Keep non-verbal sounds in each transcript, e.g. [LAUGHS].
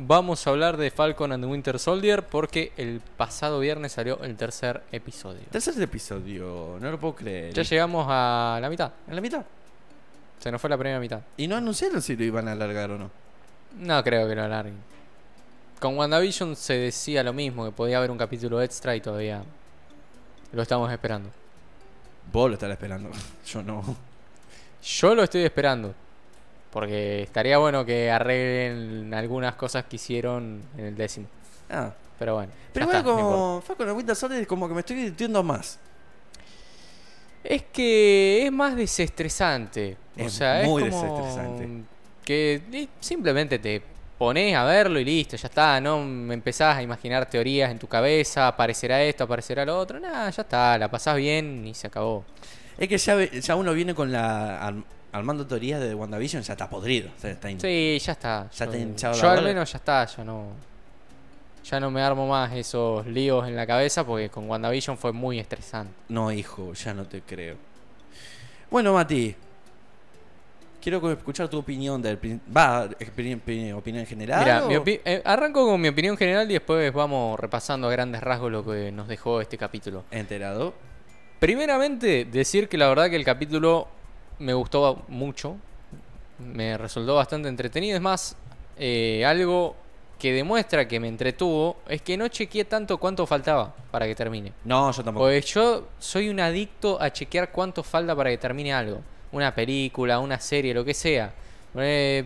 Vamos a hablar de Falcon and the Winter Soldier porque el pasado viernes salió el tercer episodio. Tercer episodio, no lo puedo creer. Ya llegamos a la mitad. ¿En la mitad? Se nos fue la primera mitad. Y no anunciaron si lo iban a alargar o no. No creo que lo alarguen. Con WandaVision se decía lo mismo, que podía haber un capítulo extra y todavía lo estamos esperando. Vos lo estarás esperando, [LAUGHS] yo no. Yo lo estoy esperando. Porque estaría bueno que arreglen algunas cosas que hicieron en el décimo. Ah, Pero bueno. ya pero igual está, no importa. como Falcon and Winter Soldier como que me estoy divirtiendo más. Es que es más desestresante. o Es sea, muy es como desestresante. Que eh, simplemente te pones a verlo y listo, ya está. No me empezás a imaginar teorías en tu cabeza. Aparecerá esto, aparecerá lo otro. Nada, ya está. La pasás bien y se acabó. Es que ya, ve- ya uno viene con la arm- armando teorías de WandaVision, ya está podrido. o sea, está in- Sí, ya está. Ya yo te hinchado la yo al bola. menos ya está. Ya no, ya no me armo más esos líos en la cabeza porque con WandaVision fue muy estresante. No, hijo, ya no te creo. Bueno, Mati. Quiero co- escuchar tu opinión del prin- va opinión, opinión- opinión general. Mira, o- mi opi- eh, arranco con mi opinión general y después vamos repasando a grandes rasgos lo que nos dejó este capítulo. enterado. Primeramente, decir que la verdad que el capítulo me gustó mucho. Me resultó bastante entretenido. Es más, eh, algo que demuestra que me entretuvo es que no chequeé tanto cuánto faltaba para que termine. No, yo tampoco. Pues yo soy un adicto a chequear cuánto falta para que termine algo. Una película, una serie, lo que sea. Eh,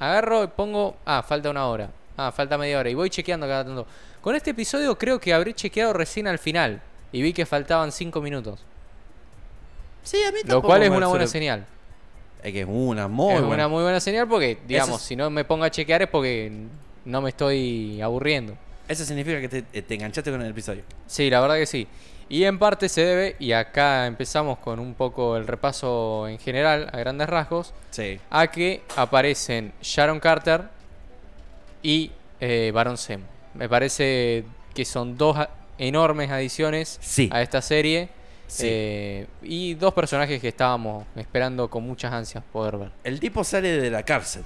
agarro y pongo, ah, falta una hora. Ah, falta media hora. Y voy chequeando cada tanto. Con este episodio creo que habré chequeado recién al final. Y vi que faltaban 5 minutos. sí, [LAUGHS] a mí Lo tampoco cual es me una buena suele- señal. Es que es una muy es buena. una muy buena señal porque, digamos, es- si no me pongo a chequear es porque no me estoy aburriendo. Eso significa que te, eh, te enganchaste con el episodio. Sí, la verdad que sí. Y en parte se debe, y acá empezamos con un poco el repaso en general, a grandes rasgos, Sí. a que aparecen Sharon Carter y eh, Baron Sem. Me parece que son dos a- enormes adiciones Sí. a esta serie. Sí. eh, y dos personajes que estábamos esperando con muchas ansias poder ver. El tipo sale de la cárcel.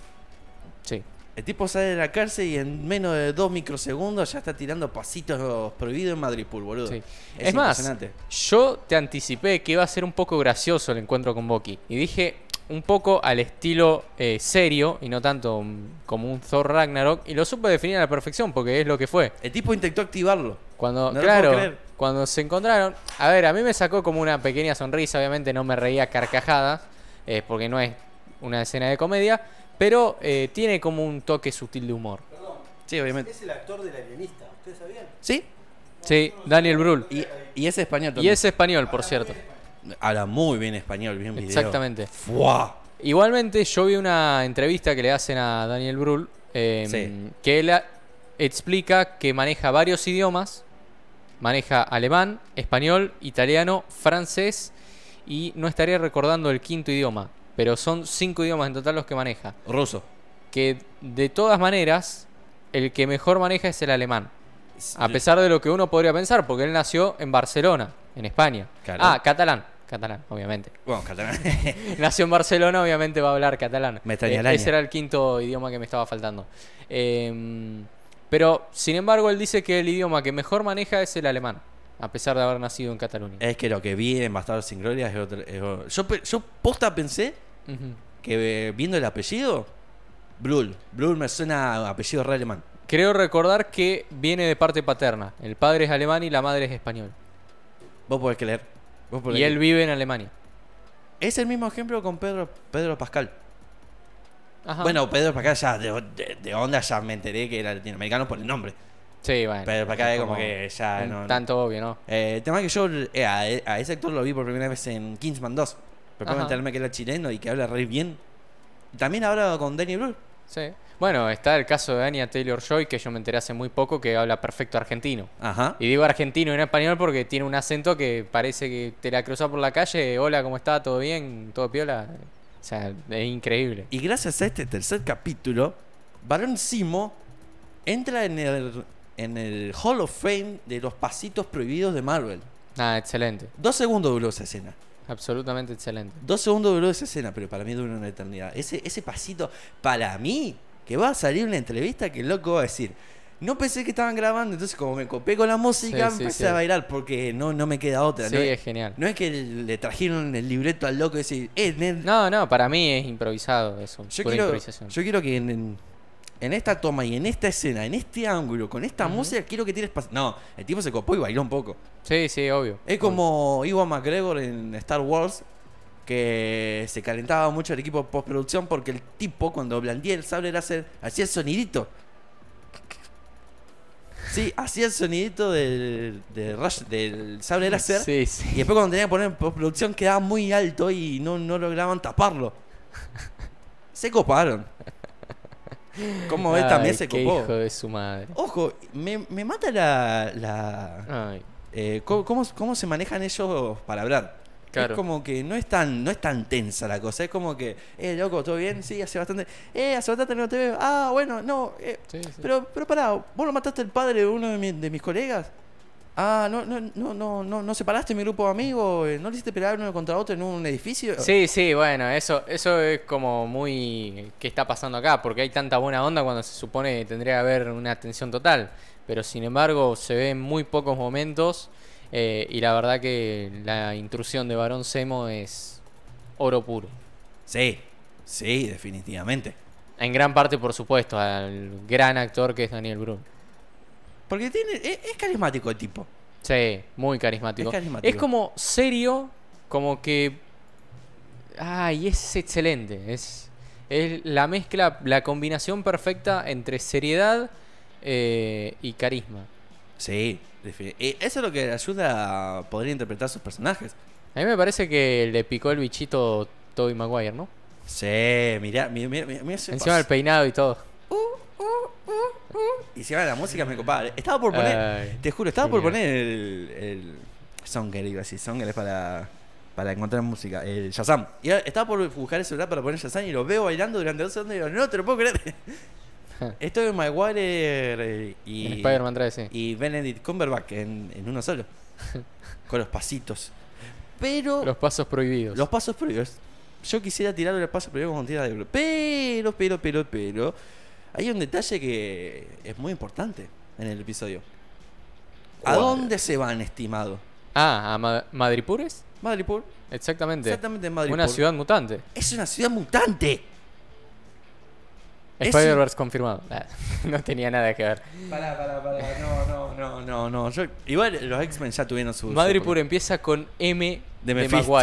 Sí. El tipo sale de la cárcel y en menos de dos microsegundos ya está tirando pasitos prohibidos en Madripool, boludo. Sí. Es, Es, más, impresionante. yo te anticipé que iba a ser un poco gracioso el encuentro con Bucky. Y dije un poco al estilo eh, serio y no tanto mm, como un Thor Ragnarok. Y lo supe definir a la perfección porque es lo que fue. El tipo intentó activarlo. Cuando, No lo puedo claro, creer. cuando se encontraron, a ver, a mí me sacó como una pequeña sonrisa, obviamente no me reía a carcajadas, eh, porque no es una escena de comedia, pero eh, tiene como un toque sutil de humor. Sí, obviamente. Es el actor del alienista, ¿ustedes sabían? Sí. Sí, Daniel Brühl. Y, Y, y es español y también. es español, por cierto. Habla muy bien español, bien video. Exactamente. ¡Fua! Igualmente, yo vi una entrevista que le hacen a Daniel Brühl, eh, Sí. que él a- explica que maneja varios idiomas, maneja alemán, español, italiano, francés y no estaría recordando el quinto idioma, pero son cinco idiomas en total los que maneja. Ruso. Que de todas maneras, el que mejor maneja es el alemán. A pesar de lo que uno podría pensar, porque él nació en Barcelona, en España. Claro. Ah, catalán, catalán, obviamente. Bueno, [LAUGHS] catalán. Nació en Barcelona, obviamente va a hablar catalán. Me extraña Eh, el año. ese era el quinto idioma que me estaba faltando. Eh, pero, sin embargo, él dice que el idioma que mejor maneja es el alemán, a pesar de haber nacido en Cataluña. es que lo que vi en Bastardos sin Gloria es otro. es otro- Yo, pe- yo posta pensé Ujú. que eh, viendo el apellido, Brul. Brul me suena a apellido re alemán. Creo recordar que viene de parte paterna. El padre es alemán y la madre es español. Vos podés creer. Vos podés Y él creer. vive en Alemania. Es el mismo ejemplo con Pedro, Pedro Pascal. Ajá. Bueno, Pedro Pascal ya de, de- de onda ya me enteré que era latinoamericano por el nombre. sí, bueno. Pedro Pascal es como que ya un no. Tanto obvio, ¿no? Eh, el tema es que yo eh, a, a ese actor lo vi por primera vez en Kingsman 2. Pero puedo Ajá. enterarme que era chileno y que habla re bien. Y También habla con Danny Brühl. Sí. Bueno, está el caso de Anya Taylor Joy, que yo me enteré hace muy poco que habla perfecto argentino. Ajá. Y digo argentino y no español porque tiene un acento que parece que te la cruzas por la calle. Hola, ¿cómo está? ¿Todo bien? ¿Todo piola? O sea, es increíble. Y gracias a este tercer capítulo, Barón Simo entra en el, en el Hall of Fame de los pasitos prohibidos de Marvel. Nada, excelente. Dos segundos duró esa escena. Absolutamente excelente. Dos segundos duró esa escena, pero para mí duró una eternidad. Ese, ese pasito, para mí, que va a salir una entrevista que el loco va a decir. No pensé que estaban grabando, entonces como me copé con la música, Sí, sí, empecé sí. a bailar porque no, no me queda otra. Sí, no, es genial. no es que le trajeron el libreto al loco y decir, eh, nen, No, no, para mí es improvisado eso. yo pura quiero, improvisación. yo quiero que en, en- en esta toma y en esta escena, en este ángulo, con esta Ujú. música, quiero que tires pas-". No, el tipo se copó y bailó un poco. Sí, sí, obvio. Es como Iwan McGregor en Star Wars, que se calentaba mucho el equipo de postproducción porque el tipo, cuando blandía el sable láser, hacía el sonidito. Sí, hacía el sonidito del, del, rush- del sable láser. Sí, sí. Y después cuando tenía que poner en postproducción quedaba muy alto y no, no lograban taparlo. Se coparon. Como él también Ay, se qué copó. hijo de su madre. Ojo, me, me mata la... la- Ay, eh, ¿cómo, cómo, cómo se manejan ellos para hablar? Ah. Claro. Es como que no es, tan, no es tan tensa la cosa. Es como que, eh, loco, ¿todo bien? Sí, hace bastante... Eh, hace bastante no te veo. Ah, bueno, no. eh, sí, sí. pero, pero pará, ¿vos no mataste el padre de uno de, mi- de mis colegas? Ah, no, no, no, no, no, no separaste mi grupo de amigos, eh, no le hiciste pelear uno contra otro en un edificio. Sí, sí, bueno, eso, eso es como muy... ¿Qué está pasando acá? Porque hay tanta buena onda cuando se supone que tendría que haber una tensión total. Pero sin embargo se ve en muy pocos momentos eh, y la verdad que la intrusión de Barón Semo es oro puro. sí, sí, definitivamente. En gran parte, por supuesto, al gran actor que es Daniel Brun. Porque tiene, es, es carismático el tipo. Sí, muy carismático. Es carismático. Es como serio, como que. Ay, es excelente. Es, es la mezcla, la combinación perfecta entre seriedad eh, y carisma. Sí, defi- eh, eso es lo que le ayuda a poder interpretar sus personajes. A mí me parece que le picó el bichito Toby Maguire, ¿no? Sí, mirá, mirá, mirá, mirá ese Encima del paso. peinado y todo. Y encima de la música me copaba. Estaba por poner, Ay, Te juro, estaba por genial. poner el, el Songer, iba así. Songer es para, para encontrar música. El Shazam. Y ahora estaba por buscar el celular para poner Shazam y lo veo bailando durante 12 segundos y digo, no te lo [LAUGHS] puedo creer. Esto es Maguire eh, y, En Spider-Man 3, sí. y Benedict Cumberbatch en, en uno [LAUGHS] solo. Con los pasitos. Pero Los pasos prohibidos. los pasos previos. Yo quisiera tirar los pasos previos con tira de oro. Pero, pero, pero, pero. Hay un detalle que es muy importante en el episodio. ¿A ¿Cuál? dónde se van, estimado? Ah, a Ma- Madripures. Madripoor. Exactamente. Exactamente, Madripoor. Una ciudad mutante. Es una ciudad mutante. Es un- Spider-Verse confirmado. [LAUGHS] Ah, No tenía nada que ver. Pará, pará, pará. No, no, no, no, no. Yo- igual los X-Men ya tuvieron su. su Madripoor empieza con M de, de Mephisto. [LAUGHS]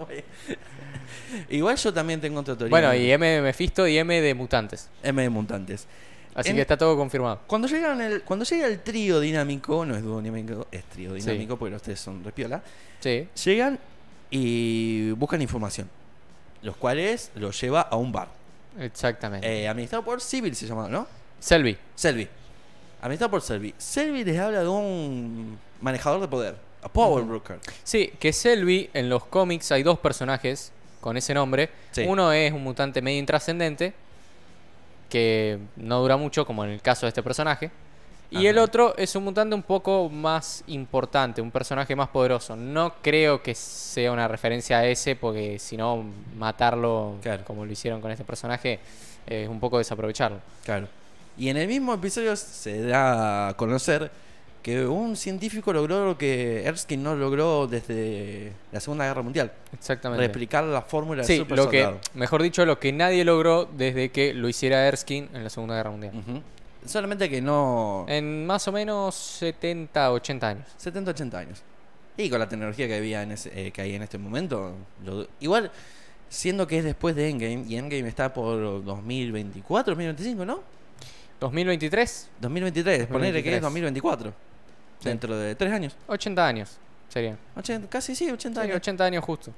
Maguire. igual yo también tengo otra teoría. Bueno, y M de Mephisto y M de mutantes. M de mutantes. Así En- que está todo confirmado. Cuando, llegan el, cuando llega el trío dinámico, no es dúo dinámico, es trío Sí. dinámico porque los tres son repiola, Sí. llegan y buscan información, los cuales los lleva a un bar. Exactamente. Eh, administrado por Civil se llamaba, ¿no? Selby. Selvi. Administrado por Selvi. Selvi les habla de un manejador de poder, a Power Broker. Sí, que Selby en los cómics hay dos personajes con ese nombre. Sí. Uno es un mutante medio intrascendente que no dura mucho, como en el caso de este personaje. Y el Ajá. otro es un mutante un poco más importante, un personaje más poderoso. No creo que sea una referencia a ese, porque si no, matarlo Claro. como lo hicieron con este personaje eh, es un poco desaprovecharlo. Claro. Y en el mismo episodio se da a conocer que un científico logró lo que Erskine no logró desde la Segunda Guerra Mundial. Exactamente. Replicar la fórmula Sí, del super lo que, soldado. mejor dicho, lo que nadie logró desde que lo hiciera Erskine en la Segunda Guerra Mundial. Ujú. Solamente que no. En más o menos 70, 80 años. 70, 80 años. Y con la tecnología que había en ese- eh, que hay en este momento. lo- igual, siendo que es después de Endgame, y Endgame está por 2024, 2025, ¿no? 2023, 2023, ponerle que es 2024. Sí. Dentro de 3 años. 80 años serían. 80, casi sí, 80 Sí, años. 80 años justo.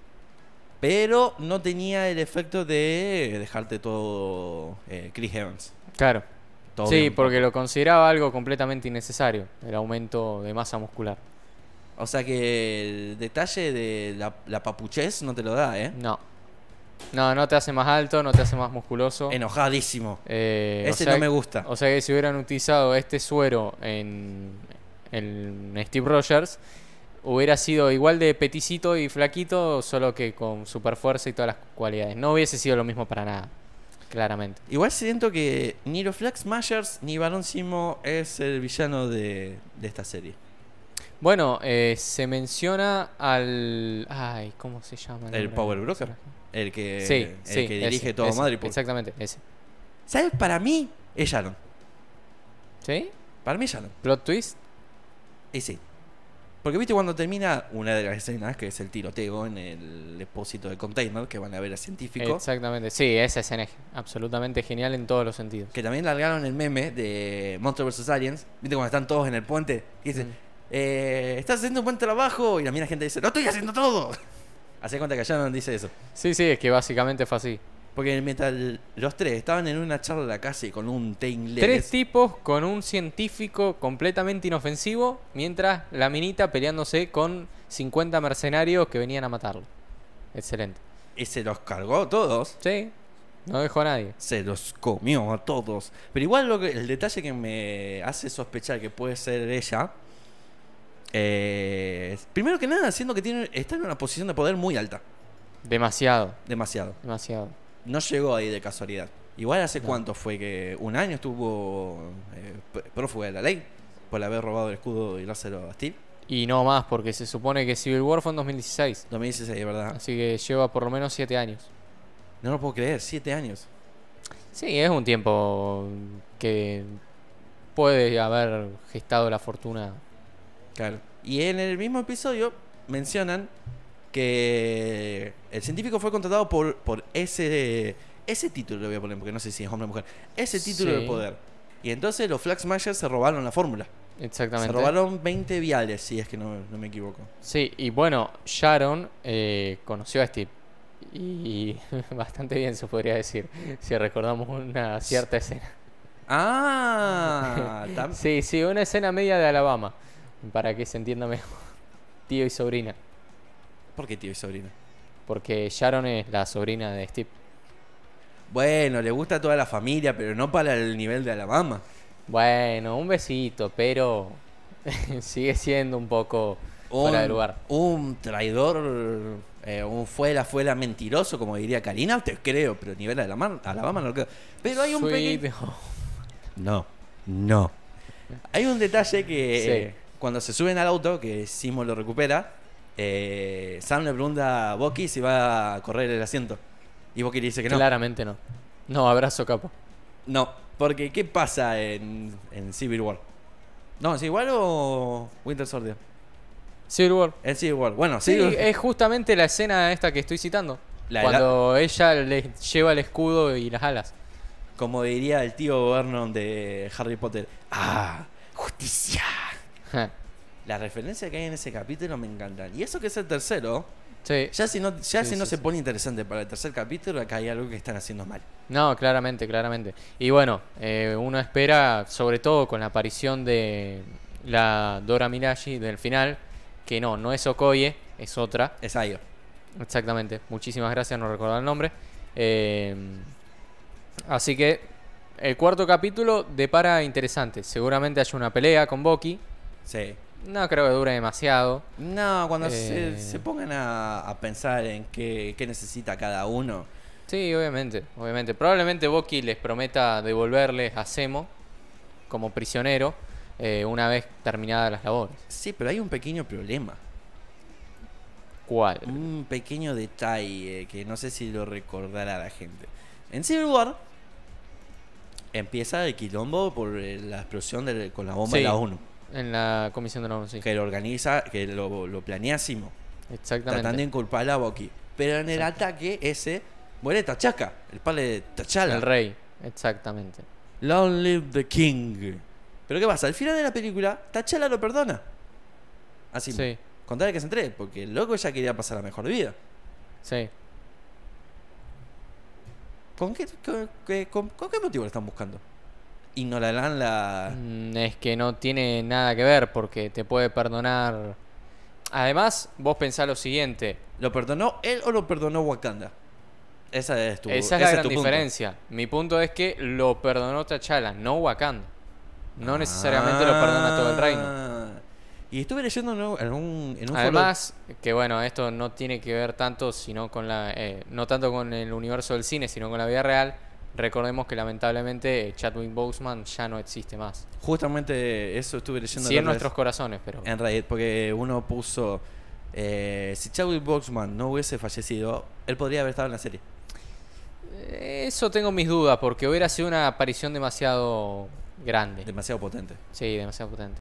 Pero no tenía el efecto de dejarte todo eh, Chris Evans. Claro. Todo sí, bien. porque lo consideraba algo completamente innecesario, el aumento de masa muscular. O sea que el detalle de la, la papuchez no te lo da, ¿eh? No. No, no te hace más alto, no te hace más musculoso. Enojadísimo. Eh, o Ese sea- no me gusta. O sea que si hubieran utilizado este suero en, en Steve Rogers, hubiera sido igual de peticito y flaquito, solo que con super fuerza y todas las cualidades. No hubiese sido lo mismo para nada. claramente. Igual siento que ni los Flag Smashers ni Barón Simo es el villano de, de esta serie. Bueno, eh, se menciona al. Ay, ¿cómo se llama? El nombre Power del Broker. personaje? El que, Sí, el sí, que ese, dirige todo ese, Madripoor. Exactamente, ese. ¿Sabes? Para mí es Shannon. ¿Sí? Para mí es Shannon. ¿Plot twist? Y sí. Porque viste cuando termina una de las escenas, que es el tiroteo en el depósito de container, que van a ver a científico. Exactamente, sí, esa escena es absolutamente genial en todos los sentidos. Que también largaron el meme de Monster vs. Aliens. ¿Viste cuando están todos en el puente? Y dicen, Mm. "Eh, estás haciendo un buen trabajo. Y la mina gente dice, no estoy haciendo todo. [LAUGHS] Hace cuenta que Shannon dice eso. Sí, sí, es que básicamente fue así. Porque mientras los tres estaban en una charla en la casa y con un té inglés. Tres tipos con un científico completamente inofensivo, mientras la minita peleándose con 50 mercenarios que venían a matarlo. Excelente. y se los cargó a todos. Sí, no dejó a nadie. Se los comió a todos. Pero igual lo que- el detalle que me hace sospechar que puede ser ella. eh, es- primero que nada, siendo que tiene, está en una posición de poder muy alta. Demasiado, Demasiado. demasiado. No llegó ahí de casualidad. Igual hace No. cuánto fue que un año estuvo eh, pr- prófuga de la ley por haber robado el escudo y lácero a Steve. Y no más, porque se supone que Civil War fue en 2016. 2016, de ¿verdad? Así que lleva por lo menos 7 años. No lo puedo creer, siete años. Sí, es un tiempo que puede haber gestado la fortuna. Claro. Y en el mismo episodio mencionan que el científico fue contratado por, por ese ese título, lo voy a poner porque no sé si es hombre o mujer, ese título de Sí. poder. Y entonces los Flag Smashers se robaron la fórmula. Se Exactamente. robaron 20 viales, si es que no, no me equivoco. Sí, y bueno, Sharon eh, conoció a Steve. Y [LAUGHS] bastante bien se podría decir, si recordamos una cierta escena. Ah, [LAUGHS] tam- Sí, sí, una escena media de Alabama, para que se entienda mejor. [LAUGHS] Tío y sobrina, ¿por qué tío y sobrino? porque Sharon es la sobrina de Steve. Bueno, le gusta a toda la familia, pero no para el nivel de Alabama. Bueno, un besito, pero [LAUGHS] sigue siendo un poco fuera de lugar. un traidor, eh, un fuera, fuera mentiroso, como diría Karina, te creo, pero nivel de Alabama, Alabama no lo creo. Pero hay un Sweet [LAUGHS] pequeño... home. No, no. Hay un detalle que Sí. eh, cuando se suben al auto, que Simo lo recupera, eh, Sam le pregunta a Bucky si va a correr el asiento. Y Bucky le dice que no. Claramente no. No, abrazo capo. No, porque ¿qué pasa en, en Civil War? No, ¿en Civil War o Winter Soldier? Civil War. En Civil War. Bueno, Sí, Civil- es justamente la escena esta que estoy citando. eh. La de la- cuando ella le lleva el escudo y las alas. Como diría el tío Vernon de Harry Potter. ¡Ah! ¡Justicia! Ja, La referencia que hay en ese capítulo me encantan. Y eso que es el tercero, sí. ya si no, ya Sí, si no sí, se sí. pone interesante para el tercer capítulo, acá hay algo que están haciendo mal. No, claramente, claramente. Y bueno, eh, uno espera, sobre todo con la aparición de la Dora Milaje del final, que no, no es Okoye, es otra. Es algo. Exactamente. Muchísimas gracias, no recordaba el nombre. Eh, así que el cuarto capítulo depara interesante. Seguramente haya una pelea con Boki. Sí. No creo que dure demasiado. No, cuando se, Eh. se pongan a, a pensar en qué, qué necesita cada uno. Sí, obviamente, obviamente. Probablemente Boki les prometa devolverles a Semo como prisionero eh, una vez terminadas las labores. Sí, pero hay un pequeño problema. ¿Cuál? Un pequeño detalle que no sé si lo recordará la gente. En Civil War empieza el quilombo por eh, la explosión del- con la bomba de Sí. la ONU. En la comisión de la ONU, sí. Que lo organiza, que lo, lo planea Simo. Tratando de Exactamente. inculpar a Bucky. Pero en el ataque ese muere Tachaca, el padre de T'Challa. El rey, exactamente. Long live the king. Pero ¿qué pasa? Al final de la película, T'Challa lo perdona. Así. Sí, Con tal de que se entregue, porque el loco ya quería pasar la mejor vida. sí. ¿Con qué, con, qué- con- con qué motivo lo están buscando? ¿Ignorarán la...? Mm, Es que no tiene nada que ver porque te puede perdonar. Además, vos pensás lo siguiente. ¿Lo perdonó él o lo perdonó Wakanda? Esa es tu Esa es la ese gran tu punto. diferencia. Mi punto es que lo perdonó T'Challa, no Wakanda. No necesariamente lo Ah. perdona todo el reino. Y estuve leyendo en un, en un- en un foro- Además, que bueno, esto no tiene que ver tanto, sino con la, eh, no tanto con el universo del cine, sino con la vida real. Recordemos que lamentablemente eh, Chadwick Boseman ya no existe más. Justamente eso estuve leyendo Sí la en otra vez nuestros corazones, pero en Reddit, porque uno puso. eh, si Chadwick Boxman no hubiese fallecido, él podría haber estado en la serie. eso tengo mis dudas porque hubiera sido una aparición demasiado grande. Demasiado potente. Sí, demasiado potente.